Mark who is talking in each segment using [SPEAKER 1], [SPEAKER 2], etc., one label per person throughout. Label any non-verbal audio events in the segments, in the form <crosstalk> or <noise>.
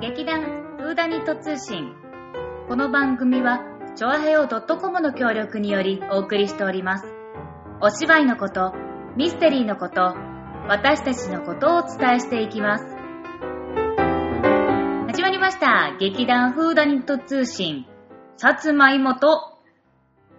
[SPEAKER 1] キャンフーダニット通信。この番組は、チョアヘオ .com の協力によりお送りしております。お芝居のこと、ミステリーのこと、私たちのことをお伝えしていきます。始まりました。劇団フーダニット通信。さつまいもと、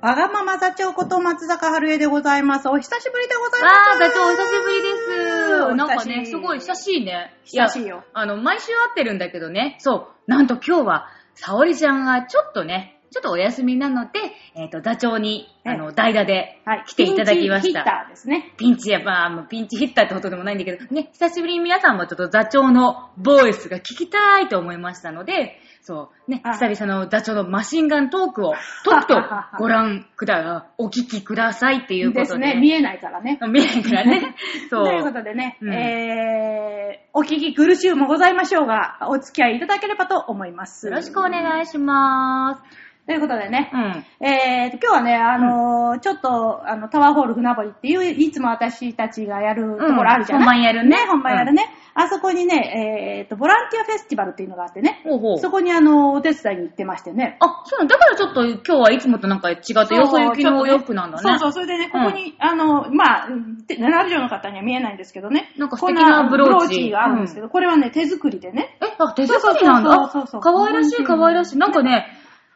[SPEAKER 1] わ
[SPEAKER 2] わがまま座長こと松坂春江でございます。お久しぶりでございます。
[SPEAKER 1] ー、座長お久しぶりです。
[SPEAKER 2] お久しぶり
[SPEAKER 1] なんかね、すごい久しいね。
[SPEAKER 2] 久しいよ
[SPEAKER 1] やあの、毎週会ってるんだけどね、そう、なんと今日は、沙織ちゃんがちょっとね、ちょっとお休みなので、えっ、と、座長に、あの、代打で
[SPEAKER 2] はい、
[SPEAKER 1] 来ていただきました。
[SPEAKER 2] ピンチヒッターですね。
[SPEAKER 1] ピンチや、まあ、もうピンチヒッターってことでもないんだけど、ね、久しぶりに皆さんもちょっと座長のボイスが聞きたいと思いましたので、そう、ね、
[SPEAKER 2] あ
[SPEAKER 1] 久々の座長のマシンガントークを、と
[SPEAKER 2] <laughs>
[SPEAKER 1] っとご覧くだ、お聞きくださいっていうことで。
[SPEAKER 2] ですね。見えないか
[SPEAKER 1] <laughs>
[SPEAKER 2] らね。
[SPEAKER 1] 見えないから
[SPEAKER 2] <laughs>
[SPEAKER 1] ね。そう。
[SPEAKER 2] ということでね、
[SPEAKER 1] うん
[SPEAKER 2] えー、お聞き苦しゅうもございましょうが、お付き合いいただければと思います。
[SPEAKER 1] よろしくお願いしま
[SPEAKER 2] ということでね
[SPEAKER 1] す。う、ん。
[SPEAKER 2] えーと、今日はね、あのーちょっと、あの、タワーホール船堀っていう、いつも私たちがやるところあるじゃない、
[SPEAKER 1] うん本番やるね
[SPEAKER 2] 本番やるね。あそこにね、えーと、ボランティアフェスティバルっていうのがあってね、
[SPEAKER 1] ほうほう
[SPEAKER 2] そこにあの、お手伝いに行ってましてね。
[SPEAKER 1] あ、そうなんだからちょっと今日はいつもとなんか違って、よそ行きのお洋服なんだね。
[SPEAKER 2] そうそう、それでね、ここに、あの、まあ、て70畳の方には見えないんですけどね。
[SPEAKER 1] なんか素敵なブローチ
[SPEAKER 2] こんながあるんですけど、これはね、手作りでね。
[SPEAKER 1] え、あ、手作りなん
[SPEAKER 2] そう
[SPEAKER 1] だ。
[SPEAKER 2] そうそうそう
[SPEAKER 1] かわいらしい、かわいらしい。なんかね、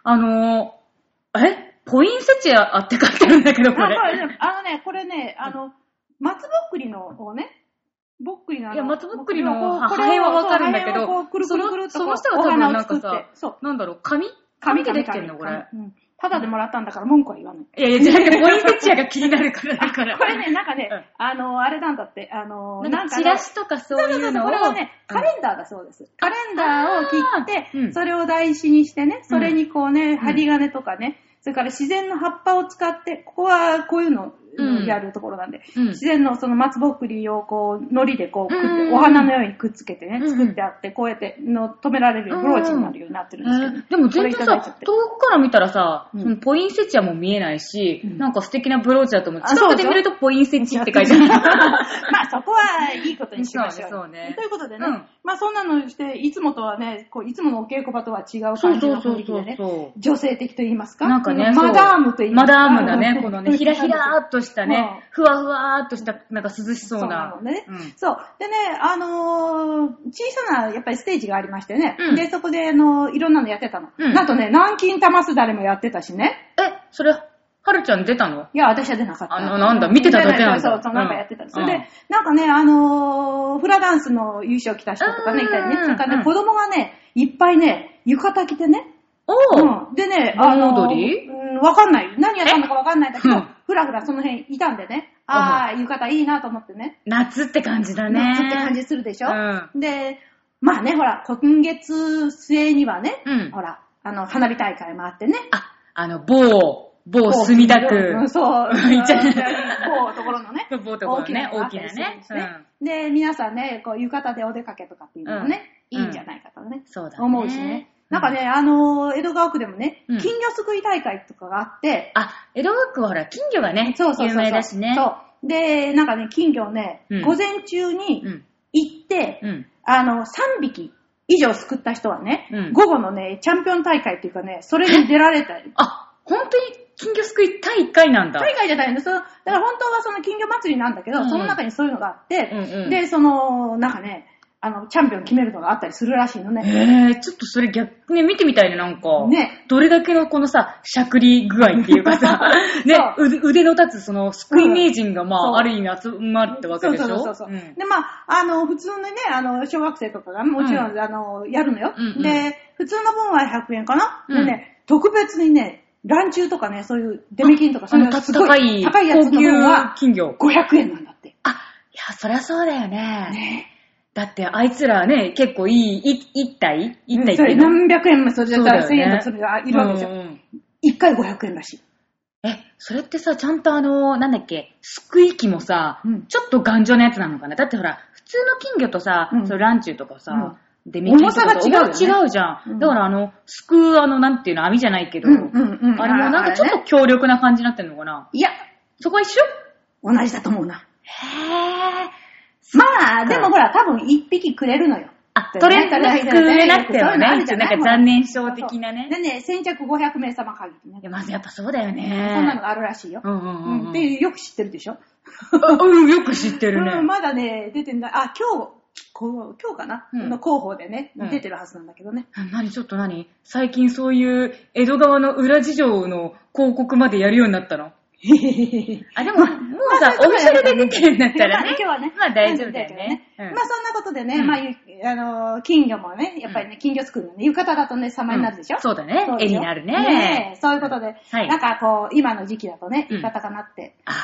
[SPEAKER 1] あのー、えポインセチアって書いてあるんだけど、
[SPEAKER 2] あ
[SPEAKER 1] これ。
[SPEAKER 2] まあでもあのね、これね、あの、松ぼっくりのをね、ぼっくりのあの。
[SPEAKER 1] いや、松ぼっくりの
[SPEAKER 2] こう
[SPEAKER 1] 破片はわかるんだけ
[SPEAKER 2] そう破片を
[SPEAKER 1] ど
[SPEAKER 2] こうく、るく
[SPEAKER 1] そ
[SPEAKER 2] るくるっ
[SPEAKER 1] の
[SPEAKER 2] と
[SPEAKER 1] そ
[SPEAKER 2] こう
[SPEAKER 1] の下が多分なん
[SPEAKER 2] お
[SPEAKER 1] か
[SPEAKER 2] 花を作
[SPEAKER 1] さ
[SPEAKER 2] ってそう、
[SPEAKER 1] なんだろう、紙紙でできてんの、これ。
[SPEAKER 2] 紙うんただでもらったんだから文句は言わない。
[SPEAKER 1] いやいや、じゃなくて、ポインセチアが気になるから、だから。
[SPEAKER 2] これね、なんかね
[SPEAKER 1] うん、
[SPEAKER 2] あの、あれなんだって、あの、
[SPEAKER 1] なんか、
[SPEAKER 2] ね
[SPEAKER 1] チラシとかそう
[SPEAKER 2] そう
[SPEAKER 1] い
[SPEAKER 2] そううそう
[SPEAKER 1] のを。
[SPEAKER 2] これはね、
[SPEAKER 1] うん
[SPEAKER 2] カレンダーだそうです。カレンダーを切って、
[SPEAKER 1] あーうん
[SPEAKER 2] それを台紙にしてね、それにこうね、
[SPEAKER 1] ん
[SPEAKER 2] 針金とかね、それから自然の葉っぱを使って、ここはこういうの
[SPEAKER 1] うん
[SPEAKER 2] をやるところなんで、
[SPEAKER 1] うん
[SPEAKER 2] 自然のその松ぼっくりをこう、糊でこうくっ
[SPEAKER 1] うんうんう
[SPEAKER 2] て、
[SPEAKER 1] ん
[SPEAKER 2] お花のようにくっつけて
[SPEAKER 1] う
[SPEAKER 2] ね、
[SPEAKER 1] んうん
[SPEAKER 2] 作ってあって、こうやっての止められるようにブローチになるようになってるんですけど、
[SPEAKER 1] えーでも全
[SPEAKER 2] こ
[SPEAKER 1] 然
[SPEAKER 2] れいただいちゃ
[SPEAKER 1] さ
[SPEAKER 2] っ、て
[SPEAKER 1] 遠くから見たらさ、
[SPEAKER 2] うん
[SPEAKER 1] そのポインセチアも見えないし、
[SPEAKER 2] うん
[SPEAKER 1] なんか素敵なブローチだと思う。
[SPEAKER 2] あ
[SPEAKER 1] 近くで
[SPEAKER 2] そうでしょ
[SPEAKER 1] 見るとポインセチって書いてある。
[SPEAKER 2] <laughs> まあそこはいいことにしましょう。
[SPEAKER 1] そうねそうね
[SPEAKER 2] ということでね、
[SPEAKER 1] うん
[SPEAKER 2] まあそんなのして、いつもとはね、こういつものお稽古場とは違う
[SPEAKER 1] そ
[SPEAKER 2] 感
[SPEAKER 1] う
[SPEAKER 2] じ
[SPEAKER 1] そ
[SPEAKER 2] の
[SPEAKER 1] うそ
[SPEAKER 2] 雰
[SPEAKER 1] う
[SPEAKER 2] 囲気
[SPEAKER 1] そ
[SPEAKER 2] で
[SPEAKER 1] う
[SPEAKER 2] ね。
[SPEAKER 1] そう。
[SPEAKER 2] 女性的と言いますか
[SPEAKER 1] なんかね、
[SPEAKER 2] マダームと言いま
[SPEAKER 1] マ
[SPEAKER 2] すか
[SPEAKER 1] ダームだね、この
[SPEAKER 2] <laughs>
[SPEAKER 1] ね、ひらひらーっとしたね、
[SPEAKER 2] う
[SPEAKER 1] ふわふわーっとした、なんか涼しそうな
[SPEAKER 2] そうなの。ね
[SPEAKER 1] うん
[SPEAKER 2] そう。でね、あのー小さな、やっぱりステージがありましてね。
[SPEAKER 1] うん
[SPEAKER 2] で、そこで、あのーいろんなのやってたの。
[SPEAKER 1] うん
[SPEAKER 2] なんとね、南京玉すだれもやってたしね。
[SPEAKER 1] え、それ、はるちゃん出たの
[SPEAKER 2] いや、私は出なかった。
[SPEAKER 1] あのなんだ見てただけなんだ
[SPEAKER 2] そうそうそう、なんかやってた。
[SPEAKER 1] うん
[SPEAKER 2] そ
[SPEAKER 1] う
[SPEAKER 2] れ
[SPEAKER 1] ん
[SPEAKER 2] で、なんかね、あのーフラダンスの優勝来た人とかね、
[SPEAKER 1] うん
[SPEAKER 2] いたりね。なんか
[SPEAKER 1] うん
[SPEAKER 2] ね、子供がね、いっぱいね、浴衣着てね。
[SPEAKER 1] おー
[SPEAKER 2] うんでね、
[SPEAKER 1] 盆
[SPEAKER 2] あの
[SPEAKER 1] 踊り
[SPEAKER 2] うんわかんない。何やったのかわかんないんだけ
[SPEAKER 1] えう
[SPEAKER 2] ど
[SPEAKER 1] ん、
[SPEAKER 2] ふらふらその辺いたんでね。ああ、浴衣いいなと思ってね。
[SPEAKER 1] 夏って感じだね。
[SPEAKER 2] 夏って感じするでしょ、
[SPEAKER 1] う
[SPEAKER 2] で、まあね、ほら、今月末にはね、
[SPEAKER 1] うん
[SPEAKER 2] ほら、あの、花火大会もあってね。
[SPEAKER 1] あ、あの、某、某墨田区。
[SPEAKER 2] うんそう。
[SPEAKER 1] <laughs> 言っちゃう
[SPEAKER 2] こう、ところのね。
[SPEAKER 1] 某ところね、大きな
[SPEAKER 2] のがあったり
[SPEAKER 1] ね
[SPEAKER 2] す。るんですで、皆さんね、こう、浴衣でお出かけとかっていうのもね、
[SPEAKER 1] うん
[SPEAKER 2] いいんじゃないかとね。
[SPEAKER 1] そうだね。
[SPEAKER 2] 思うしね。なんか
[SPEAKER 1] う、
[SPEAKER 2] ね、あのー江戸川区でもね、
[SPEAKER 1] うん
[SPEAKER 2] 金魚すくい大会とかがあって、
[SPEAKER 1] あ、江戸川区はほら、金魚がね、
[SPEAKER 2] そうそうそうそう。
[SPEAKER 1] 有名だしね。
[SPEAKER 2] そう。で、なんかね、金魚をね、
[SPEAKER 1] うん
[SPEAKER 2] 午前中に
[SPEAKER 1] うん。
[SPEAKER 2] 行って、
[SPEAKER 1] うん。
[SPEAKER 2] あの、3匹以上救った人はね、
[SPEAKER 1] うん
[SPEAKER 2] 午後のね、チャンピオン大会っていうかね、それに出られたり。
[SPEAKER 1] あ、本当に金魚すくい第1回なんだ。
[SPEAKER 2] 海外じゃないの、その、だから本当はその金魚祭りなんだけど、
[SPEAKER 1] うん
[SPEAKER 2] その中にそういうのがあって、
[SPEAKER 1] うんうん
[SPEAKER 2] で、その、なんかね、あの、チャンピオン決めるのがあったりするらしいのね。
[SPEAKER 1] えー、ちょっとそれ逆ね、見てみたいね、なんか。
[SPEAKER 2] ね。
[SPEAKER 1] どれだけのこのさ、しゃくり具合っていうか
[SPEAKER 2] <laughs>
[SPEAKER 1] さ、ね、う腕の立つその、すくい名人がま
[SPEAKER 2] そう
[SPEAKER 1] あ、ある意味集まるってわけでしょ
[SPEAKER 2] そうそうそうそう。
[SPEAKER 1] うん
[SPEAKER 2] で、まあ、あの、普通のね、あの、小学生とかがもちろん、
[SPEAKER 1] うん
[SPEAKER 2] あの、やるのよ。
[SPEAKER 1] うんうん
[SPEAKER 2] で、普通の分は100円かな、
[SPEAKER 1] うん
[SPEAKER 2] でね、特別にね、ランチューとかね、そういうデメキンとか、
[SPEAKER 1] あ
[SPEAKER 2] そうい
[SPEAKER 1] の、
[SPEAKER 2] う
[SPEAKER 1] た
[SPEAKER 2] すご
[SPEAKER 1] 高い、
[SPEAKER 2] 高いやつ
[SPEAKER 1] 高
[SPEAKER 2] の
[SPEAKER 1] 級
[SPEAKER 2] 分は
[SPEAKER 1] 金魚。
[SPEAKER 2] 500円なんだって。
[SPEAKER 1] あ、いや、そりゃそうだよね。
[SPEAKER 2] ね
[SPEAKER 1] だって、あいつらね、結構いい、い一体一体って
[SPEAKER 2] それ
[SPEAKER 1] いうの
[SPEAKER 2] 何百円もそれじゃ
[SPEAKER 1] そうだよ
[SPEAKER 2] 1000
[SPEAKER 1] ね
[SPEAKER 2] 円もそれじゃいるわけじゃ。
[SPEAKER 1] うんんうん
[SPEAKER 2] 1回500円らしい。
[SPEAKER 1] え、それってさ、ちゃんとあの、なんだっけ、すくい機もさ、
[SPEAKER 2] うん
[SPEAKER 1] ちょっと頑丈なやつなのかなだってほら、普通の金魚とさ、
[SPEAKER 2] うん
[SPEAKER 1] そのランチューとかさ、デミキンとかと
[SPEAKER 2] 重さが違うよね
[SPEAKER 1] 重さ違うじゃん。
[SPEAKER 2] うん
[SPEAKER 1] だからあの、すくうあの、なんていうの、網じゃないけど、
[SPEAKER 2] う
[SPEAKER 1] あれもなんかちょっ
[SPEAKER 2] あれ
[SPEAKER 1] と
[SPEAKER 2] ね
[SPEAKER 1] 強力な感じになってんのかな、
[SPEAKER 2] いや、
[SPEAKER 1] そこは一緒
[SPEAKER 2] 同じだと思うな。
[SPEAKER 1] へぇー。
[SPEAKER 2] まあ、でもほら、多分1匹くれるのよ。
[SPEAKER 1] あ、
[SPEAKER 2] って、
[SPEAKER 1] 取れなくなくてもね、
[SPEAKER 2] な
[SPEAKER 1] な
[SPEAKER 2] ん
[SPEAKER 1] んか残念症的なね。
[SPEAKER 2] でね、先着500名様限りね
[SPEAKER 1] い。や、まずやっぱそうだよ
[SPEAKER 2] そんなの
[SPEAKER 1] ね。
[SPEAKER 2] があるらしいよ。
[SPEAKER 1] うんうんうんうん
[SPEAKER 2] うっていうよく知ってるでしょ。
[SPEAKER 1] あうん、よく知ってる
[SPEAKER 2] うん、
[SPEAKER 1] ね。
[SPEAKER 2] まだね、出てない。あ、今日、こう今日かな、
[SPEAKER 1] うん
[SPEAKER 2] の広報でね、
[SPEAKER 1] うん
[SPEAKER 2] 出てるはずなんだけどね。
[SPEAKER 1] 何ちょっと何最近そういう江戸川の裏事情の広告までやるようになった
[SPEAKER 2] <laughs>
[SPEAKER 1] のあ、でも、もうさ、オフィシャルで出てるんだったらね。
[SPEAKER 2] <laughs> 今日はね。
[SPEAKER 1] まあ大丈夫だよね。
[SPEAKER 2] まあ
[SPEAKER 1] うん
[SPEAKER 2] そんなことでね、
[SPEAKER 1] うん
[SPEAKER 2] まあゆ、あのー金魚もね、やっぱりね、金魚すくいのね、浴衣だとね、様になるでしょ、
[SPEAKER 1] うんそうだね
[SPEAKER 2] そう。
[SPEAKER 1] 絵
[SPEAKER 2] でしょ
[SPEAKER 1] になる
[SPEAKER 2] ね
[SPEAKER 1] ね。
[SPEAKER 2] えそういうことで、
[SPEAKER 1] はい
[SPEAKER 2] なんかこう、今の時期だとね、
[SPEAKER 1] うん
[SPEAKER 2] 浴衣かなって。
[SPEAKER 1] あ
[SPEAKER 2] あ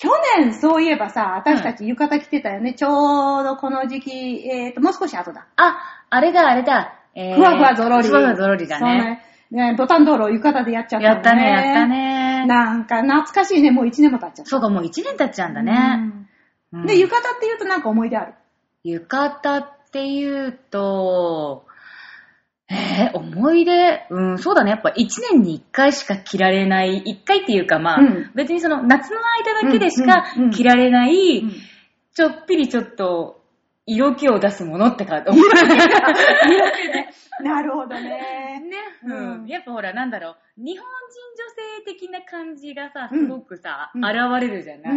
[SPEAKER 2] 去年、そういえばさ、私たち浴衣着てたよね。ちょうどこの時期、えっ、と、もう少し後だ。
[SPEAKER 1] あ、あれだ、あれだ。えー
[SPEAKER 2] ふわふわぞろり。
[SPEAKER 1] ふわふわぞろりだ
[SPEAKER 2] そう
[SPEAKER 1] ね。
[SPEAKER 2] ね。ねボタン道路を浴衣でやっちゃった、
[SPEAKER 1] やったね、やった。ね。
[SPEAKER 2] なんか懐かしいね、もう1年も経っちゃった。
[SPEAKER 1] そうか、もう1年経っちゃうんだね。
[SPEAKER 2] う。
[SPEAKER 1] うんん
[SPEAKER 2] で、浴衣って言うとなんか思い出ある。
[SPEAKER 1] 浴衣っていうと、えー、思い出、うん、そうだね。やっぱ一年に一回しか着られない、一回っていうかまあ、
[SPEAKER 2] うん
[SPEAKER 1] 別にその夏の間だけでしか
[SPEAKER 2] うんうんうん
[SPEAKER 1] 着られない、
[SPEAKER 2] うん
[SPEAKER 1] ちょっぴりちょっと色気を出すものってかと思う。
[SPEAKER 2] なるほどね。
[SPEAKER 1] <laughs> ね、
[SPEAKER 2] うん
[SPEAKER 1] うん。やっぱほら、なんだろう、日本人女性的な感じがさ、
[SPEAKER 2] うん
[SPEAKER 1] すごくさ、
[SPEAKER 2] うん
[SPEAKER 1] 現れるじゃない、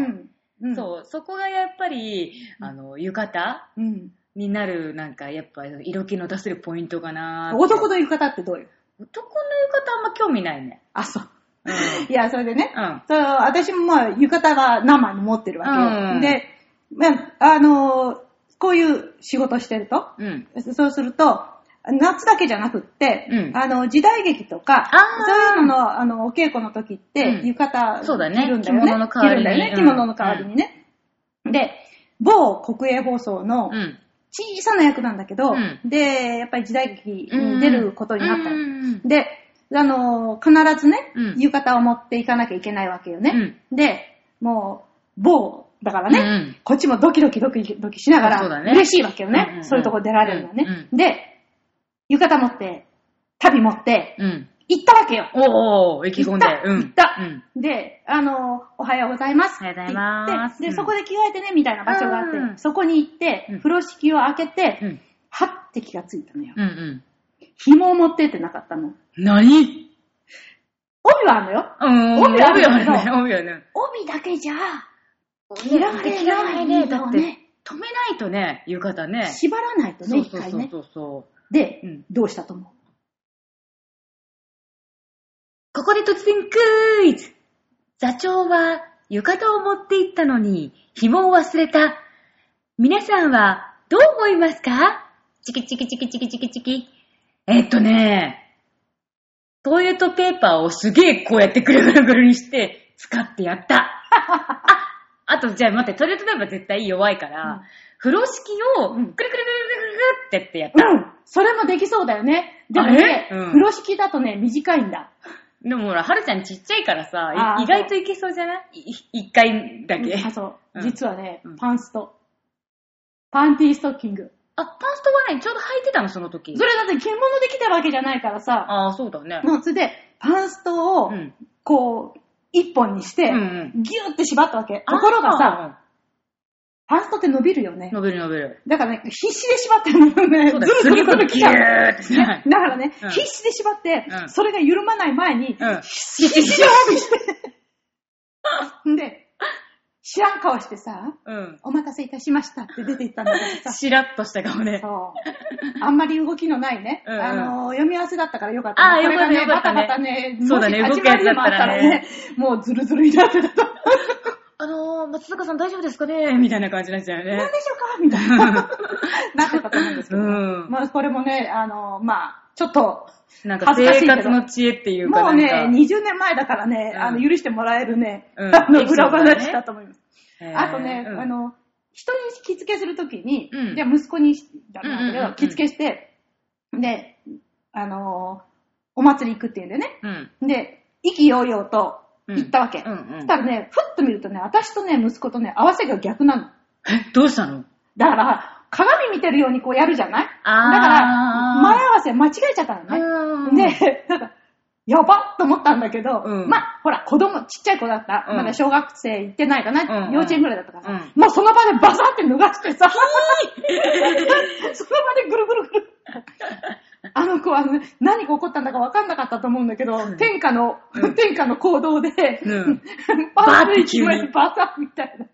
[SPEAKER 2] うん
[SPEAKER 1] そう、そこがやっぱり、あの、浴衣
[SPEAKER 2] うん。うん。
[SPEAKER 1] になる、なんか、やっぱ、色気の出せるポイントかな
[SPEAKER 2] 男の浴衣ってどうよ
[SPEAKER 1] 男の浴衣あんま興味ないね。
[SPEAKER 2] あ、そう。
[SPEAKER 1] うん。
[SPEAKER 2] いや、それでね、
[SPEAKER 1] うん。
[SPEAKER 2] そう私もまあ、浴衣が生に持ってるわけよ。
[SPEAKER 1] うん
[SPEAKER 2] で、まあ、あのーこういう仕事してると、
[SPEAKER 1] うん。
[SPEAKER 2] そうすると、夏だけじゃなくって、
[SPEAKER 1] うん
[SPEAKER 2] あの、時代劇とか、
[SPEAKER 1] あー
[SPEAKER 2] そういうのの、あの、お稽古の時って
[SPEAKER 1] う、ん
[SPEAKER 2] 浴衣
[SPEAKER 1] そうだね
[SPEAKER 2] 着るんだよ
[SPEAKER 1] 着
[SPEAKER 2] ね。
[SPEAKER 1] 物の代わりに
[SPEAKER 2] 着るんだよね
[SPEAKER 1] うん
[SPEAKER 2] 着物の代わりにね。で、某国営放送の
[SPEAKER 1] うん。
[SPEAKER 2] 小さな役なんだけど、
[SPEAKER 1] うん
[SPEAKER 2] で、やっぱり時代劇に出ることになったの。
[SPEAKER 1] うん。
[SPEAKER 2] で、あの、必ずね、
[SPEAKER 1] うん
[SPEAKER 2] 浴衣を持っていかなきゃいけないわけよね。で、もう、某だからね、
[SPEAKER 1] うんうん
[SPEAKER 2] こっちもドキドキドキドキしなが
[SPEAKER 1] そう
[SPEAKER 2] ら、
[SPEAKER 1] だね
[SPEAKER 2] 嬉しいわけよね。
[SPEAKER 1] うんうんうん
[SPEAKER 2] そういうとこ出られるのね、
[SPEAKER 1] うんうん
[SPEAKER 2] で、浴衣持って、旅持って、
[SPEAKER 1] うん。
[SPEAKER 2] 行ったわけよ。
[SPEAKER 1] おーおー、意気込んで。
[SPEAKER 2] 行った
[SPEAKER 1] うん。
[SPEAKER 2] 行った
[SPEAKER 1] うん。
[SPEAKER 2] で、あの、おはようございます。
[SPEAKER 1] おはようございます
[SPEAKER 2] って
[SPEAKER 1] う
[SPEAKER 2] 言ってで、
[SPEAKER 1] ん
[SPEAKER 2] そこで着替えてね、みたいな場所があって、
[SPEAKER 1] うん
[SPEAKER 2] そこに行って
[SPEAKER 1] うん、
[SPEAKER 2] 風呂敷を開けて、
[SPEAKER 1] うん。
[SPEAKER 2] はって気がついたのよ。
[SPEAKER 1] うんうん。
[SPEAKER 2] 紐を持ってってなかったの。
[SPEAKER 1] 何
[SPEAKER 2] 帯はあるのよ。
[SPEAKER 1] うん。
[SPEAKER 2] 帯ある
[SPEAKER 1] よ
[SPEAKER 2] んだけど
[SPEAKER 1] ね。帯あるね。
[SPEAKER 2] 帯だけじゃ、着られない
[SPEAKER 1] 着られないね。だ
[SPEAKER 2] のを
[SPEAKER 1] って、
[SPEAKER 2] ね
[SPEAKER 1] 止めないとね、浴衣ね。
[SPEAKER 2] 縛らないと
[SPEAKER 1] そう
[SPEAKER 2] ね、一
[SPEAKER 1] そう
[SPEAKER 2] 回
[SPEAKER 1] そう
[SPEAKER 2] ね。
[SPEAKER 1] そうそう。
[SPEAKER 2] で
[SPEAKER 1] うん、
[SPEAKER 2] どうしたと思う
[SPEAKER 1] ここで突然クイズ座長は浴衣を持って行ったのに紐を忘れた。皆さんはどう思いますかチキチキチキチキチキチキ。えっとね、トイレットペーパーをすげえこうやってぐるぐるぐるにして使ってや
[SPEAKER 2] <laughs>
[SPEAKER 1] った。あ、あとじゃあ待って、トイレットペーパー絶対弱いから、
[SPEAKER 2] うん
[SPEAKER 1] 風呂敷をくるくるくるくるくるくるってやってやっ
[SPEAKER 2] うん。それもできそうだよね。でもね、
[SPEAKER 1] あれうん
[SPEAKER 2] 風呂敷だとね、短いんだ。
[SPEAKER 1] た。でもほら、はるちゃんちっちゃいから
[SPEAKER 2] あ
[SPEAKER 1] さ、
[SPEAKER 2] ー
[SPEAKER 1] い意外といけそうじゃないいい一回だけ。
[SPEAKER 2] うんあ、そうう。
[SPEAKER 1] ん
[SPEAKER 2] 実はね
[SPEAKER 1] うん、
[SPEAKER 2] パンスト。パンティーストッキング。
[SPEAKER 1] あ、パンストがね、ちょうど履いてたの、その時。
[SPEAKER 2] それだって着物できたわけじゃないからさ、
[SPEAKER 1] ああ、そうだね。
[SPEAKER 2] もうそれで、パンストを
[SPEAKER 1] う、ん。
[SPEAKER 2] こう、一本にして、
[SPEAKER 1] う
[SPEAKER 2] ギ
[SPEAKER 1] ん
[SPEAKER 2] ュ
[SPEAKER 1] う
[SPEAKER 2] ーって縛ったわけ。ところがさ、
[SPEAKER 1] あ
[SPEAKER 2] パンストって伸びるよね
[SPEAKER 1] ー、。伸びる伸びる。
[SPEAKER 2] だからね、必死で縛ってるのね。
[SPEAKER 1] そうだよ
[SPEAKER 2] ずるずるずる来ちゃう。
[SPEAKER 1] ずるずるギューって
[SPEAKER 2] ねだからね、
[SPEAKER 1] うん
[SPEAKER 2] 必死で縛って、
[SPEAKER 1] うん
[SPEAKER 2] それが緩まない前に、
[SPEAKER 1] うん。
[SPEAKER 2] 必死で縛って。で、知らん顔してさ、
[SPEAKER 1] うん。
[SPEAKER 2] お待たせいたしましたって出て行ったんだけ
[SPEAKER 1] <laughs>
[SPEAKER 2] どさ。
[SPEAKER 1] しらっとした顔ね。
[SPEAKER 2] そう。あんまり動きのないね。
[SPEAKER 1] うんうん
[SPEAKER 2] あのー、読み合わせだったからよかった、
[SPEAKER 1] あーよかった
[SPEAKER 2] これがね、
[SPEAKER 1] よかったね
[SPEAKER 2] バタバタね、
[SPEAKER 1] そうだね
[SPEAKER 2] もし立ち回りでもあ
[SPEAKER 1] 動くやつだったらね。
[SPEAKER 2] もうズルズルになってた <laughs> と。
[SPEAKER 1] あのー、松坂さん大丈夫ですかねみたいな感じになっちゃうよ
[SPEAKER 2] なん
[SPEAKER 1] ね。
[SPEAKER 2] でしょうかみ
[SPEAKER 1] <laughs>
[SPEAKER 2] たいな。なってたと思うんですけど。
[SPEAKER 1] うん
[SPEAKER 2] まあ、これもね、あの、まあ、ちょっと、
[SPEAKER 1] なんか
[SPEAKER 2] 恥ずかしい
[SPEAKER 1] 生
[SPEAKER 2] けど
[SPEAKER 1] 活の知恵っていうか
[SPEAKER 2] も
[SPEAKER 1] な
[SPEAKER 2] うんね、
[SPEAKER 1] か。
[SPEAKER 2] 20年前だからね、
[SPEAKER 1] うん
[SPEAKER 2] あの、許してもらえるね、
[SPEAKER 1] うん
[SPEAKER 2] <laughs> あの、
[SPEAKER 1] エピソード
[SPEAKER 2] 裏
[SPEAKER 1] だね
[SPEAKER 2] 話だと思います。
[SPEAKER 1] えー
[SPEAKER 2] あとね、
[SPEAKER 1] うん
[SPEAKER 2] あの、人に着付けするときに、
[SPEAKER 1] うん
[SPEAKER 2] じゃあ息子に、だなんだけど、
[SPEAKER 1] うんうんうん
[SPEAKER 2] 着付けして、で、あのお祭り行くっていうんでね、
[SPEAKER 1] うん。
[SPEAKER 2] で、意気揚々と
[SPEAKER 1] うん
[SPEAKER 2] 行ったわけ。
[SPEAKER 1] うんうん
[SPEAKER 2] そしたらね、ふっと見るとね、私とね、息子とね、合わせが逆なの。
[SPEAKER 1] え、どうしたの
[SPEAKER 2] だから、鏡見てるようにこうやるじゃないだ
[SPEAKER 1] あー
[SPEAKER 2] から、前合わせ間違えちゃったのね。
[SPEAKER 1] う
[SPEAKER 2] で、なんか、やばっと思ったんだけど、
[SPEAKER 1] うん
[SPEAKER 2] まあ、ほら、子供、ちっちゃい子だった。
[SPEAKER 1] うん
[SPEAKER 2] まだ小学生行ってないかな、
[SPEAKER 1] うんうん
[SPEAKER 2] 幼稚園ぐらいだったからさ、
[SPEAKER 1] う
[SPEAKER 2] もうその場でバサって脱がしてさ、 <laughs> その場でぐるぐるぐる。あの子は、ね、何が起こったんだか分かんなかったと思うんだけど、
[SPEAKER 1] うん
[SPEAKER 2] 天下の、天下の行動で、 <laughs>
[SPEAKER 1] うん。
[SPEAKER 2] パン
[SPEAKER 1] バー
[SPEAKER 2] ツ
[SPEAKER 1] って
[SPEAKER 2] 一
[SPEAKER 1] 急に
[SPEAKER 2] 枚バサッみたいな。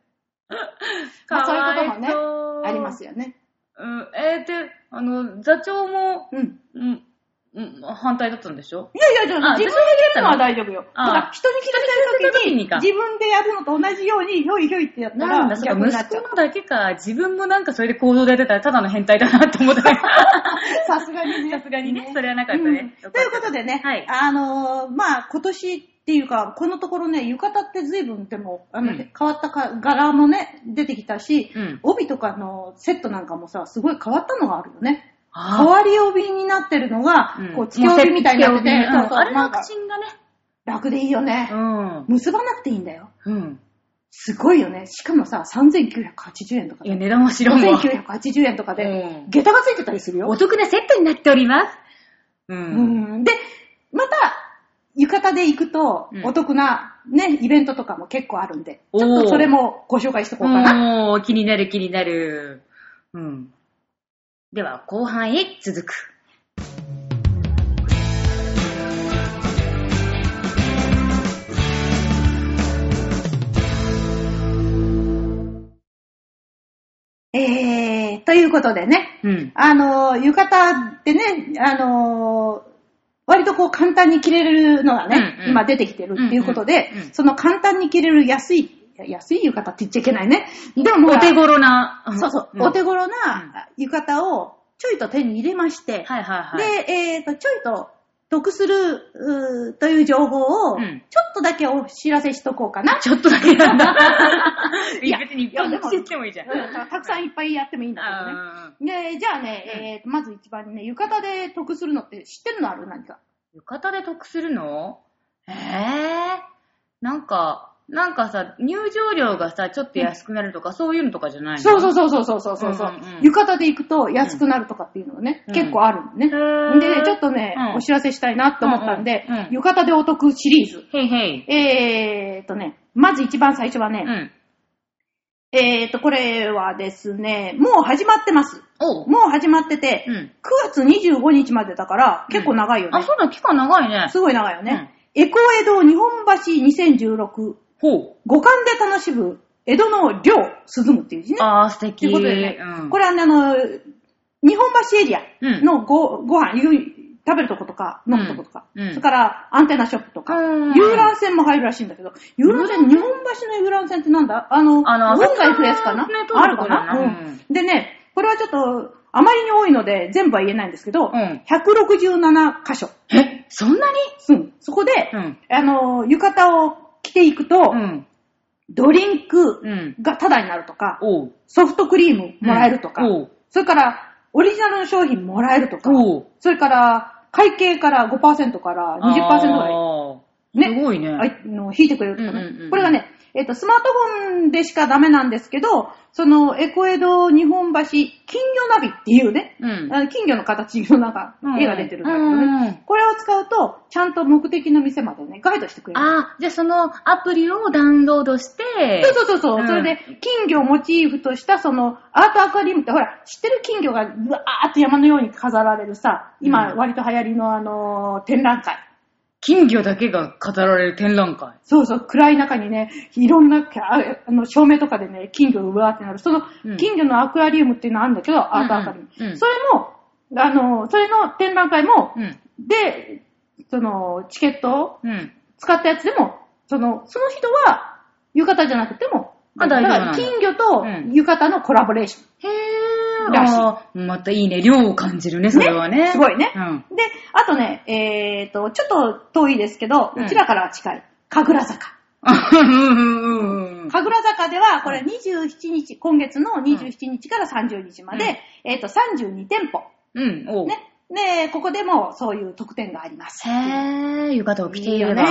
[SPEAKER 2] まあそういうこともね
[SPEAKER 1] も
[SPEAKER 2] あります
[SPEAKER 1] よ。
[SPEAKER 2] よね。
[SPEAKER 1] うん。えー、で、あの、座長も、
[SPEAKER 2] うん。
[SPEAKER 1] うん、うん、反対だったんでしょ
[SPEAKER 2] いやいや、
[SPEAKER 1] あ
[SPEAKER 2] 自分でやるのは大丈夫よ。だ
[SPEAKER 1] あ
[SPEAKER 2] から人に聞か
[SPEAKER 1] 人
[SPEAKER 2] せ
[SPEAKER 1] に聞かせた時
[SPEAKER 2] る
[SPEAKER 1] に
[SPEAKER 2] と
[SPEAKER 1] か
[SPEAKER 2] きに、自分でやるのと同じように、ひょいひょいってやったら、
[SPEAKER 1] なんだ、そう
[SPEAKER 2] 逆にな
[SPEAKER 1] か、
[SPEAKER 2] っちゃ
[SPEAKER 1] 息
[SPEAKER 2] う
[SPEAKER 1] 子のだけか、自分もなんかそれで行動でやってたらただの変態だなって思ったけど
[SPEAKER 2] <laughs> さすがにね。
[SPEAKER 1] さすがにね、それはなかった
[SPEAKER 2] うん
[SPEAKER 1] ね。よか
[SPEAKER 2] と
[SPEAKER 1] っ
[SPEAKER 2] いうことでね、
[SPEAKER 1] はい
[SPEAKER 2] あのーまあ、今年っていうか、このところね、浴衣って随分でも、あの、
[SPEAKER 1] うん
[SPEAKER 2] 変わったか柄もね、出てきたし、
[SPEAKER 1] うん
[SPEAKER 2] 帯とかのセットなんかもさ、すごい変わったのがあるよね。
[SPEAKER 1] た
[SPEAKER 2] 変わり帯になってるのが、こ <laughs> う、つけ帯みたいになってて、
[SPEAKER 1] うん
[SPEAKER 2] そうそう
[SPEAKER 1] あれ
[SPEAKER 2] な
[SPEAKER 1] の
[SPEAKER 2] んか
[SPEAKER 1] 確信がね。
[SPEAKER 2] 楽でいいよね、
[SPEAKER 1] う
[SPEAKER 2] 結ばなくていいんだよ。
[SPEAKER 1] ん。うん。
[SPEAKER 2] すごいよね。しかもさ、3980円とか
[SPEAKER 1] い
[SPEAKER 2] で、
[SPEAKER 1] や、値段は知らんわ。
[SPEAKER 2] 5980円とかで
[SPEAKER 1] う、ん
[SPEAKER 2] 下駄がついてたりするよ
[SPEAKER 1] お。得なセットになっております。う。
[SPEAKER 2] うんんで、また、浴衣で行くと
[SPEAKER 1] う、ん
[SPEAKER 2] お得なね、イベントとかも結構あるんで、
[SPEAKER 1] おー
[SPEAKER 2] ちょっとそれもご紹介していこうかな。
[SPEAKER 1] おー、気になる気になる。うん。では、後半へ続く。
[SPEAKER 2] えー、ということでね、
[SPEAKER 1] うん。
[SPEAKER 2] あのー、浴衣ってね、あのー、割とこう簡単に着れるのがね、
[SPEAKER 1] うんうん
[SPEAKER 2] 今出てきてるっていうことで、
[SPEAKER 1] うんうんうん
[SPEAKER 2] その簡単に着れる安い、安い浴衣って言っちゃいけないね。でももう
[SPEAKER 1] お手頃な。
[SPEAKER 2] そうそう、
[SPEAKER 1] ん
[SPEAKER 2] お手頃な浴衣をちょいと手に入れまして、
[SPEAKER 1] はいはいはい。
[SPEAKER 2] で、えっ、と、ちょいと得するうーという情報を、
[SPEAKER 1] う
[SPEAKER 2] ちょ
[SPEAKER 1] ん
[SPEAKER 2] っとだけお知らせしとこうかな。
[SPEAKER 1] ちょっとだけなんだ。いや、
[SPEAKER 2] <laughs> いや
[SPEAKER 1] 別にいっぱい
[SPEAKER 2] いやでも
[SPEAKER 1] 知ってもいいじゃん。
[SPEAKER 2] うんたたくさんいっぱいやってもいいんだけどね。
[SPEAKER 1] あー
[SPEAKER 2] で、じゃあね、
[SPEAKER 1] うん
[SPEAKER 2] えーとまず一番ね、浴衣で得するのって知ってるのある何か。
[SPEAKER 1] 浴衣で得するのええなんか、なんかさ、入場料がさ、ちょっと安くなるとか、そういうのとかじゃないの
[SPEAKER 2] そうそうそうそうそうそうそう。
[SPEAKER 1] うんうんうん
[SPEAKER 2] 浴衣で行くと安くなるとかっていうのがね、
[SPEAKER 1] うん
[SPEAKER 2] 結構あるのね。
[SPEAKER 1] う
[SPEAKER 2] で、ちょっ
[SPEAKER 1] と。
[SPEAKER 2] とね、
[SPEAKER 1] うん
[SPEAKER 2] お知らせしたいなと思ったんで、
[SPEAKER 1] うんうんうん
[SPEAKER 2] 浴衣でお得シリーズ。
[SPEAKER 1] へいへい。
[SPEAKER 2] えーとね、まず一番最初はね、
[SPEAKER 1] うん。
[SPEAKER 2] えーと、これはですね、もう始まってます。
[SPEAKER 1] おう。
[SPEAKER 2] もう始まってて、
[SPEAKER 1] うん。
[SPEAKER 2] 9月25日までだから、結構長いよね。
[SPEAKER 1] あ、そうだ、期間長いね。
[SPEAKER 2] すごい長いよね。エコ江戸日本橋2016、
[SPEAKER 1] ほう。
[SPEAKER 2] 五感で楽しむ江戸の涼、涼むっていう字ね。
[SPEAKER 1] あー、素敵。
[SPEAKER 2] ということでね、
[SPEAKER 1] うん。
[SPEAKER 2] これはね、あの、日本橋エリアのご,、ご飯、ゆ食べるとことか、飲むとことか、
[SPEAKER 1] うん
[SPEAKER 2] それからアンテナショップとか、
[SPEAKER 1] うん
[SPEAKER 2] 遊覧船も入るらしいんだけど、遊覧船、日本橋の遊覧船ってなんだあの、
[SPEAKER 1] あの
[SPEAKER 2] 運河行くやつかな、
[SPEAKER 1] 浅草のね通る
[SPEAKER 2] あるか
[SPEAKER 1] とこ
[SPEAKER 2] な、
[SPEAKER 1] ろだな
[SPEAKER 2] うんでね、これはちょっと、あまりに多いので、全部は言えないんですけど、
[SPEAKER 1] うん
[SPEAKER 2] 167箇所。
[SPEAKER 1] え、そんなに
[SPEAKER 2] うんそこで、
[SPEAKER 1] うん。
[SPEAKER 2] あの、浴衣を着ていくと、
[SPEAKER 1] うん。
[SPEAKER 2] ドリンク
[SPEAKER 1] うん。
[SPEAKER 2] がタダになるとか、
[SPEAKER 1] おう。
[SPEAKER 2] ソフトクリームもらえるとか、
[SPEAKER 1] うんおう。
[SPEAKER 2] それから、オリジナルの商品もらえるとか、
[SPEAKER 1] おう。
[SPEAKER 2] それから、会計から5%から20%ぐらい
[SPEAKER 1] あー
[SPEAKER 2] ね
[SPEAKER 1] すごいね。
[SPEAKER 2] あいの引いてくれるとかね、
[SPEAKER 1] うんうんうん
[SPEAKER 2] これがね、えっ、と、スマートフォンでしかダメなんですけど、その、エコ江戸日本橋金魚ナビっていうね、
[SPEAKER 1] うん。
[SPEAKER 2] あの金魚の形のなんか、絵が出てるんだけどね、
[SPEAKER 1] うんうん
[SPEAKER 2] これを使うと、ちゃんと目的の店までね、ガイドしてくれる。
[SPEAKER 1] あー、じゃあそのアプリをダウンロードして、
[SPEAKER 2] そうそうそうそう、
[SPEAKER 1] うん
[SPEAKER 2] それで、金魚をモチーフとした、その、アートアクアリウムって、ほら、知ってる金魚が、うわーって山のように飾られるさ、今、
[SPEAKER 1] うん
[SPEAKER 2] 割と流行りの、あのー展覧会。
[SPEAKER 1] 金魚だけが語られる展覧会。
[SPEAKER 2] そうそう、暗い中にね、いろんな、ああの、照明とかでね、金魚がうわーってなる。その
[SPEAKER 1] うん、
[SPEAKER 2] 金魚のアクアリウムっていうのあるんだけど、アートアクアリウム。
[SPEAKER 1] うんうん
[SPEAKER 2] それも、あの、それの展覧会も、
[SPEAKER 1] うん。
[SPEAKER 2] で、その、チケットを
[SPEAKER 1] うん。
[SPEAKER 2] 使ったやつでも、その、その人は、浴衣じゃなくても、
[SPEAKER 1] あ大丈夫
[SPEAKER 2] だ
[SPEAKER 1] な
[SPEAKER 2] か
[SPEAKER 1] んだ
[SPEAKER 2] ら金魚と
[SPEAKER 1] うん
[SPEAKER 2] 浴衣のコラボレーション。
[SPEAKER 1] へー。
[SPEAKER 2] らしい
[SPEAKER 1] あーまたいいね。量を感じるね、それはね。
[SPEAKER 2] すごいね。
[SPEAKER 1] うん。 <laughs>
[SPEAKER 2] で、あとね、えっ、と、ちょっと遠いですけど、
[SPEAKER 1] う
[SPEAKER 2] うんちらからは近い、神楽坂。
[SPEAKER 1] うん。
[SPEAKER 2] 神楽坂では、これ27日、今月の27日から30日まで、
[SPEAKER 1] うん
[SPEAKER 2] えっ、と、32店舗。
[SPEAKER 1] うん。おう。
[SPEAKER 2] ね。ね、ここでもそういう特典があります。
[SPEAKER 1] へー。浴衣を着てい
[SPEAKER 2] いい
[SPEAKER 1] れ
[SPEAKER 2] よ
[SPEAKER 1] ば。
[SPEAKER 2] ね。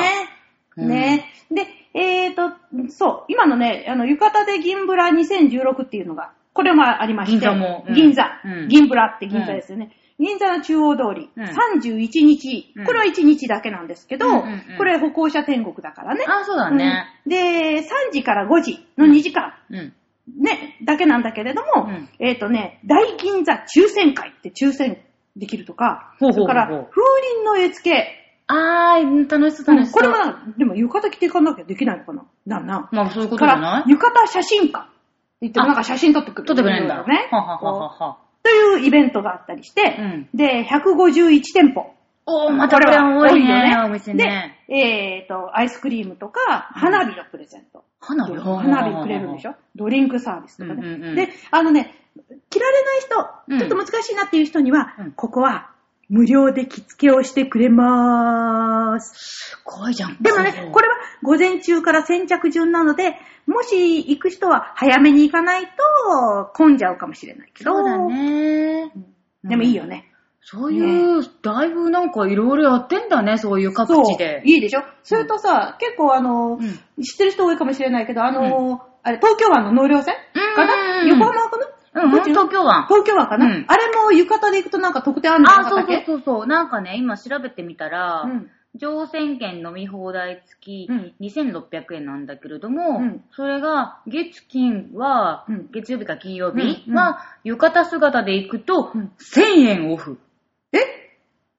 [SPEAKER 1] うん
[SPEAKER 2] ね。で、えっ、と、そう、今のね、あの、浴衣で銀ブラ2016っていうのが、これもありまして。
[SPEAKER 1] 銀座もうん
[SPEAKER 2] 銀座
[SPEAKER 1] うん
[SPEAKER 2] 銀ブラって銀座ですよね。銀座の中央通り、
[SPEAKER 1] うん
[SPEAKER 2] 31日
[SPEAKER 1] うん、
[SPEAKER 2] これは1日だけなんですけど、
[SPEAKER 1] うんうんうん
[SPEAKER 2] これ歩行者天国だからね。
[SPEAKER 1] あ、そうだね。
[SPEAKER 2] うんで、3時から5時の2時間、
[SPEAKER 1] うん。
[SPEAKER 2] ね、だけなんだけれども、
[SPEAKER 1] うん
[SPEAKER 2] えっ、とね、大銀座抽選会って抽選できるとか、
[SPEAKER 1] ほうほうほうほう
[SPEAKER 2] それから風鈴の絵付け、
[SPEAKER 1] あー、楽しそう、
[SPEAKER 2] う
[SPEAKER 1] 楽
[SPEAKER 2] ん
[SPEAKER 1] しそう。
[SPEAKER 2] これはな、でも浴衣着ていかなきゃできないのかななんなん。
[SPEAKER 1] まあ、そういうこと
[SPEAKER 2] か
[SPEAKER 1] じゃな
[SPEAKER 2] ら、
[SPEAKER 1] い
[SPEAKER 2] 浴衣写真館って言っても
[SPEAKER 1] あ
[SPEAKER 2] なんか写真撮ってくる。
[SPEAKER 1] 撮ってくれるんだ。
[SPEAKER 2] ね。
[SPEAKER 1] ははははは。
[SPEAKER 2] というイベントがあったりして、
[SPEAKER 1] うん
[SPEAKER 2] で、151店舗。
[SPEAKER 1] おー、またこれは多いね、お店ね。
[SPEAKER 2] で、えっ、と、アイスクリームとか、
[SPEAKER 1] うん
[SPEAKER 2] 花火のプレゼント。
[SPEAKER 1] 花火
[SPEAKER 2] 花火くれるんでし
[SPEAKER 1] ょ
[SPEAKER 2] ょドリンクサービスとかね、
[SPEAKER 1] うんうんうん
[SPEAKER 2] で、あのね、着られ
[SPEAKER 1] う
[SPEAKER 2] なんい人、ちょっと難しいなっていう人には、
[SPEAKER 1] うん
[SPEAKER 2] ここは無料で着付けをしてくれまーす。
[SPEAKER 1] すごいじゃん。
[SPEAKER 2] でもね、こ
[SPEAKER 1] れ、
[SPEAKER 2] れは午前中から先着順なので、もし行く人は早めに行かないと混んじゃうかもしれないけど。
[SPEAKER 1] そうだね。
[SPEAKER 2] うん。でもいいよね。
[SPEAKER 1] そういう、だいぶなんかいろいろやってんだね、そういう各地
[SPEAKER 2] そう
[SPEAKER 1] で。
[SPEAKER 2] いいでしょそれとさ、結構あの、
[SPEAKER 1] う
[SPEAKER 2] 知ってる人多いかもしれないけど、あの、あれ、東京湾の納涼船か
[SPEAKER 1] うんうんうん
[SPEAKER 2] な横浜かな
[SPEAKER 1] うん、
[SPEAKER 2] どっちの
[SPEAKER 1] 東京湾。
[SPEAKER 2] 東京湾かな、
[SPEAKER 1] うん
[SPEAKER 2] あれも浴衣で行くとなんか特典あるんじゃな
[SPEAKER 1] あ、
[SPEAKER 2] か
[SPEAKER 1] そ
[SPEAKER 2] った
[SPEAKER 1] う
[SPEAKER 2] っ
[SPEAKER 1] そう
[SPEAKER 2] け
[SPEAKER 1] そうそう。なんかね、今調べてみたら、
[SPEAKER 2] うん
[SPEAKER 1] 乗船券飲み放題付き
[SPEAKER 2] うん
[SPEAKER 1] 2600円なんだけれども、
[SPEAKER 2] うん
[SPEAKER 1] それが月金は、
[SPEAKER 2] うん
[SPEAKER 1] 月曜日か金曜日
[SPEAKER 2] うん
[SPEAKER 1] は浴衣姿で行くと、
[SPEAKER 2] うん
[SPEAKER 1] 1000円オフ。
[SPEAKER 2] えで、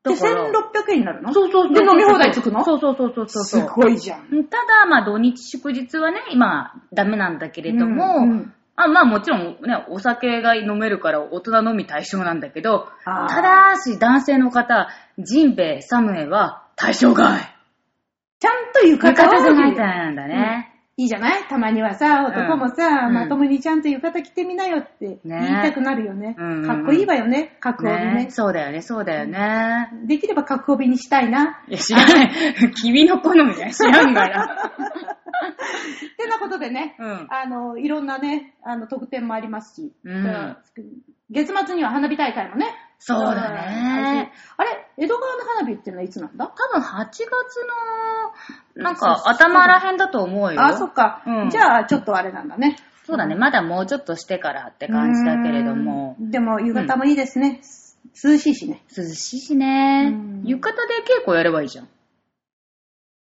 [SPEAKER 1] だから
[SPEAKER 2] 1600円になるの
[SPEAKER 1] そうそうそう
[SPEAKER 2] で、飲み放題つくの
[SPEAKER 1] そうそうそうそうそうそう。
[SPEAKER 2] すごいじゃん。
[SPEAKER 1] うんただ、まあ土日祝日はね、今ダメなんだけれども、
[SPEAKER 2] うんうん
[SPEAKER 1] あまあもちろんね、お酒が飲めるから大人のみ対象なんだけど、
[SPEAKER 2] あー
[SPEAKER 1] ただし男性の方、ジンベエ、サムエは対象外。
[SPEAKER 2] ちゃんと浴
[SPEAKER 1] 浴
[SPEAKER 2] 衣
[SPEAKER 1] 衣じゃない
[SPEAKER 2] を
[SPEAKER 1] となんだね。
[SPEAKER 2] いいじゃないたまにはさ、男もさ、
[SPEAKER 1] うん
[SPEAKER 2] まともにちゃんと浴衣着てみなよって言いたくなるよね。
[SPEAKER 1] うん
[SPEAKER 2] かっこいいわよね、格帯
[SPEAKER 1] ね
[SPEAKER 2] ね。
[SPEAKER 1] そうだよね、そうだよね。
[SPEAKER 2] できれば格帯にしたいな。
[SPEAKER 1] いや、知ら <laughs> ない。君の好みね、知らんから。
[SPEAKER 2] ってなことでね、
[SPEAKER 1] うん
[SPEAKER 2] あの、いろんなね、あの、特典もありますし、
[SPEAKER 1] うん
[SPEAKER 2] だから月末には花火大会もね。
[SPEAKER 1] そうだね
[SPEAKER 2] あるし。あれ、江戸川の花火っていうのはいつなんだ
[SPEAKER 1] 多分8月の、なん
[SPEAKER 2] そうそう
[SPEAKER 1] か頭らへんだと思うよ。
[SPEAKER 2] あ、そっか。
[SPEAKER 1] うん
[SPEAKER 2] じゃあ、ちょっとあれなんだね。
[SPEAKER 1] そうだね、まだもうちょっとしてからって感じだけれども
[SPEAKER 2] う。ん。でも、夕方もいいですね。涼しいしね。
[SPEAKER 1] 涼しいしね
[SPEAKER 2] うん。
[SPEAKER 1] 浴衣で稽古やればいいじゃん。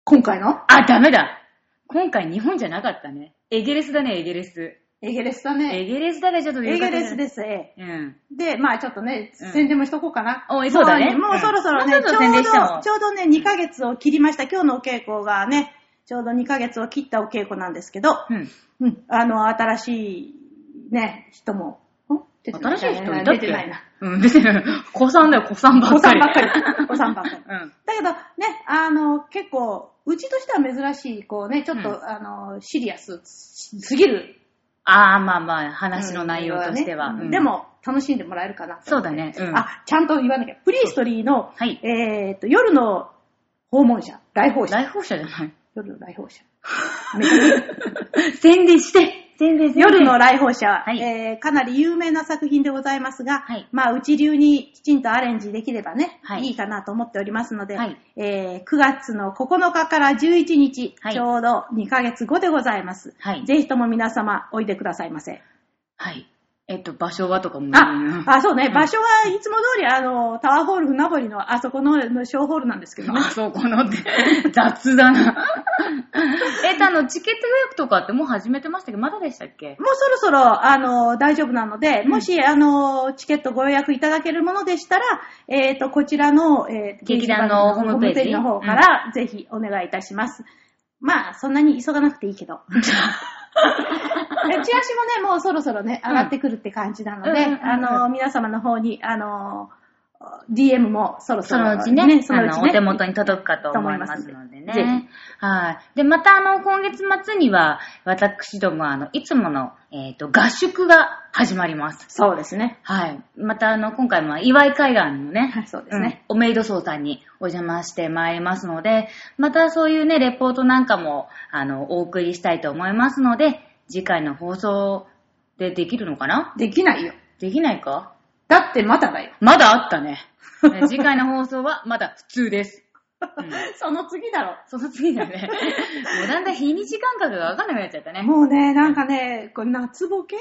[SPEAKER 2] 今回の
[SPEAKER 1] あ、ダメだ今回日本じゃなかったね。エゲレスだね、エゲレス。
[SPEAKER 2] エゲレスだね。
[SPEAKER 1] エゲレスだけちょっと
[SPEAKER 2] エ
[SPEAKER 1] 浴
[SPEAKER 2] ゲ
[SPEAKER 1] 衣
[SPEAKER 2] レス
[SPEAKER 1] で。
[SPEAKER 2] です。え
[SPEAKER 1] うん。
[SPEAKER 2] えで、まあちょっとね、
[SPEAKER 1] うん
[SPEAKER 2] 宣伝もしとこうかな。
[SPEAKER 1] おいそうだね
[SPEAKER 2] もうもうそろそろね、
[SPEAKER 1] うん
[SPEAKER 2] ちょ
[SPEAKER 1] もうちょっ
[SPEAKER 2] う
[SPEAKER 1] と宣伝しても
[SPEAKER 2] ど、ちょうどね、2ヶ月を切りました。今日のお稽古がね、ちょうど2ヶ月を切ったお稽古なんですけど、
[SPEAKER 1] うん。
[SPEAKER 2] うん、あの、新しい、ね、人も、ん出てな
[SPEAKER 1] 新しい人いたっけ
[SPEAKER 2] 出てないな。
[SPEAKER 1] うん、出てない。子さんだよ、子さんば
[SPEAKER 2] お
[SPEAKER 1] っか
[SPEAKER 2] さん
[SPEAKER 1] り。
[SPEAKER 2] ばっかり。おさんばっかり。
[SPEAKER 1] うん。
[SPEAKER 2] だけど、ね、あの、結構、うちとしては珍しい、こうね、ちょっと、
[SPEAKER 1] うん
[SPEAKER 2] あの、シリアスすぎる。
[SPEAKER 1] ああ、まあまあ、話の内容としては。
[SPEAKER 2] うん
[SPEAKER 1] うん
[SPEAKER 2] で、も、楽しんでもらえるかな。
[SPEAKER 1] そうだね。うん。
[SPEAKER 2] あ、ちゃんと言わなきゃ。プリーストリーの、
[SPEAKER 1] はい
[SPEAKER 2] えっと、夜の訪問者、来訪者。
[SPEAKER 1] 来訪者じゃない。
[SPEAKER 2] 夜の来訪者。
[SPEAKER 1] <laughs> 宣伝して宣伝
[SPEAKER 2] 夜の来訪者、
[SPEAKER 1] い
[SPEAKER 2] えーかなり有名な作品でございますが、
[SPEAKER 1] はい
[SPEAKER 2] まあ、うち流にきちんとアレンジできればね、
[SPEAKER 1] はい
[SPEAKER 2] い、いかなと思っておりますので、
[SPEAKER 1] はい
[SPEAKER 2] えー9月の9日から11日、
[SPEAKER 1] はい
[SPEAKER 2] ちょうど2ヶ月後でございます。
[SPEAKER 1] はい
[SPEAKER 2] ぜひとも皆様、おいでくださいませ。
[SPEAKER 1] はい。えっと、場所はとかも。
[SPEAKER 2] あ、あ、そうね、
[SPEAKER 1] ん
[SPEAKER 2] 場所はいつも通り、あの、タワーホール船堀のあそこのの小ホールなんですけどね
[SPEAKER 1] あ。そこのって、 <laughs> 雑だな。 <laughs> えっと、あの、チケット予約とかってもう始めてましたけど、まだでしたっけ
[SPEAKER 2] もうそろそろ、あの、大丈夫なので、
[SPEAKER 1] うん
[SPEAKER 2] もし、あの、チケットご予約いただけるものでしたら、えっ、と、こちらの、えー
[SPEAKER 1] 劇団のホームページ
[SPEAKER 2] ホの方から、ぜひお願いいたします。まあ、そんなに急がなくていいけど。 <laughs> えチラシもね、もうそろそろね、上がってくるって感じなので、
[SPEAKER 1] うんうんうんうん
[SPEAKER 2] あの、皆様の方に、あの、DM もそろそ
[SPEAKER 1] そ
[SPEAKER 2] ろ、
[SPEAKER 1] のうちね、
[SPEAKER 2] そのう
[SPEAKER 1] あ
[SPEAKER 2] ち
[SPEAKER 1] のお
[SPEAKER 2] ね。
[SPEAKER 1] 手元に届くかと思いますので
[SPEAKER 2] ぜ
[SPEAKER 1] ね。はい。で、またあの、今月末には、私ども、あの、いつもの、えっ、と、合宿が始まります。
[SPEAKER 2] そうですね。
[SPEAKER 1] はい。またあの、今回も岩井海岸のね、
[SPEAKER 2] はいそうですね
[SPEAKER 1] うんおメイド荘さんにお邪魔してまいりますので、またそういうね、レポートなんかも、あの、お送りしたいと思いますので、次回の放送でできるのかな
[SPEAKER 2] できないよ。
[SPEAKER 1] できないか
[SPEAKER 2] だってまだだよ。
[SPEAKER 1] まだあった
[SPEAKER 2] <laughs>
[SPEAKER 1] ね。ね次回の放送はまだ普通です。うん
[SPEAKER 2] <laughs> その次だろ。
[SPEAKER 1] その次だね。もうだんだん日にち感覚がわかんなくなっちゃったね。
[SPEAKER 2] もうね、なんかね、これ夏ボケ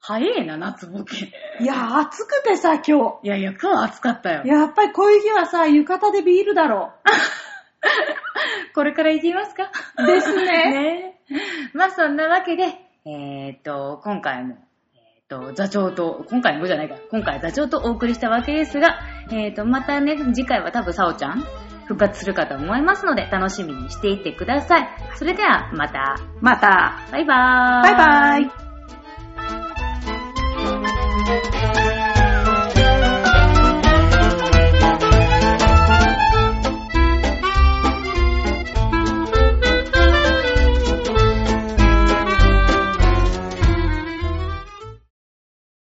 [SPEAKER 1] 早えな、夏ボケ。
[SPEAKER 2] いや、暑くてさ、今
[SPEAKER 1] いやいや、今日暑かったよ
[SPEAKER 2] 日。。やっぱりこういう日はさ、浴衣でビールだろ
[SPEAKER 1] これから行きます <laughs> か
[SPEAKER 2] う。ですね。
[SPEAKER 1] ねまあそんなわけで、えー、っと、今回も、えーっと、座長と、今回もじゃないか、今回座長とお送りしたわけですが、えーっと、またね、次回は多分、さおちゃん、復活するかと思いますので、楽しみにしていてください。それでは、また。
[SPEAKER 2] また。
[SPEAKER 1] バイバーイ。
[SPEAKER 2] バイバイ。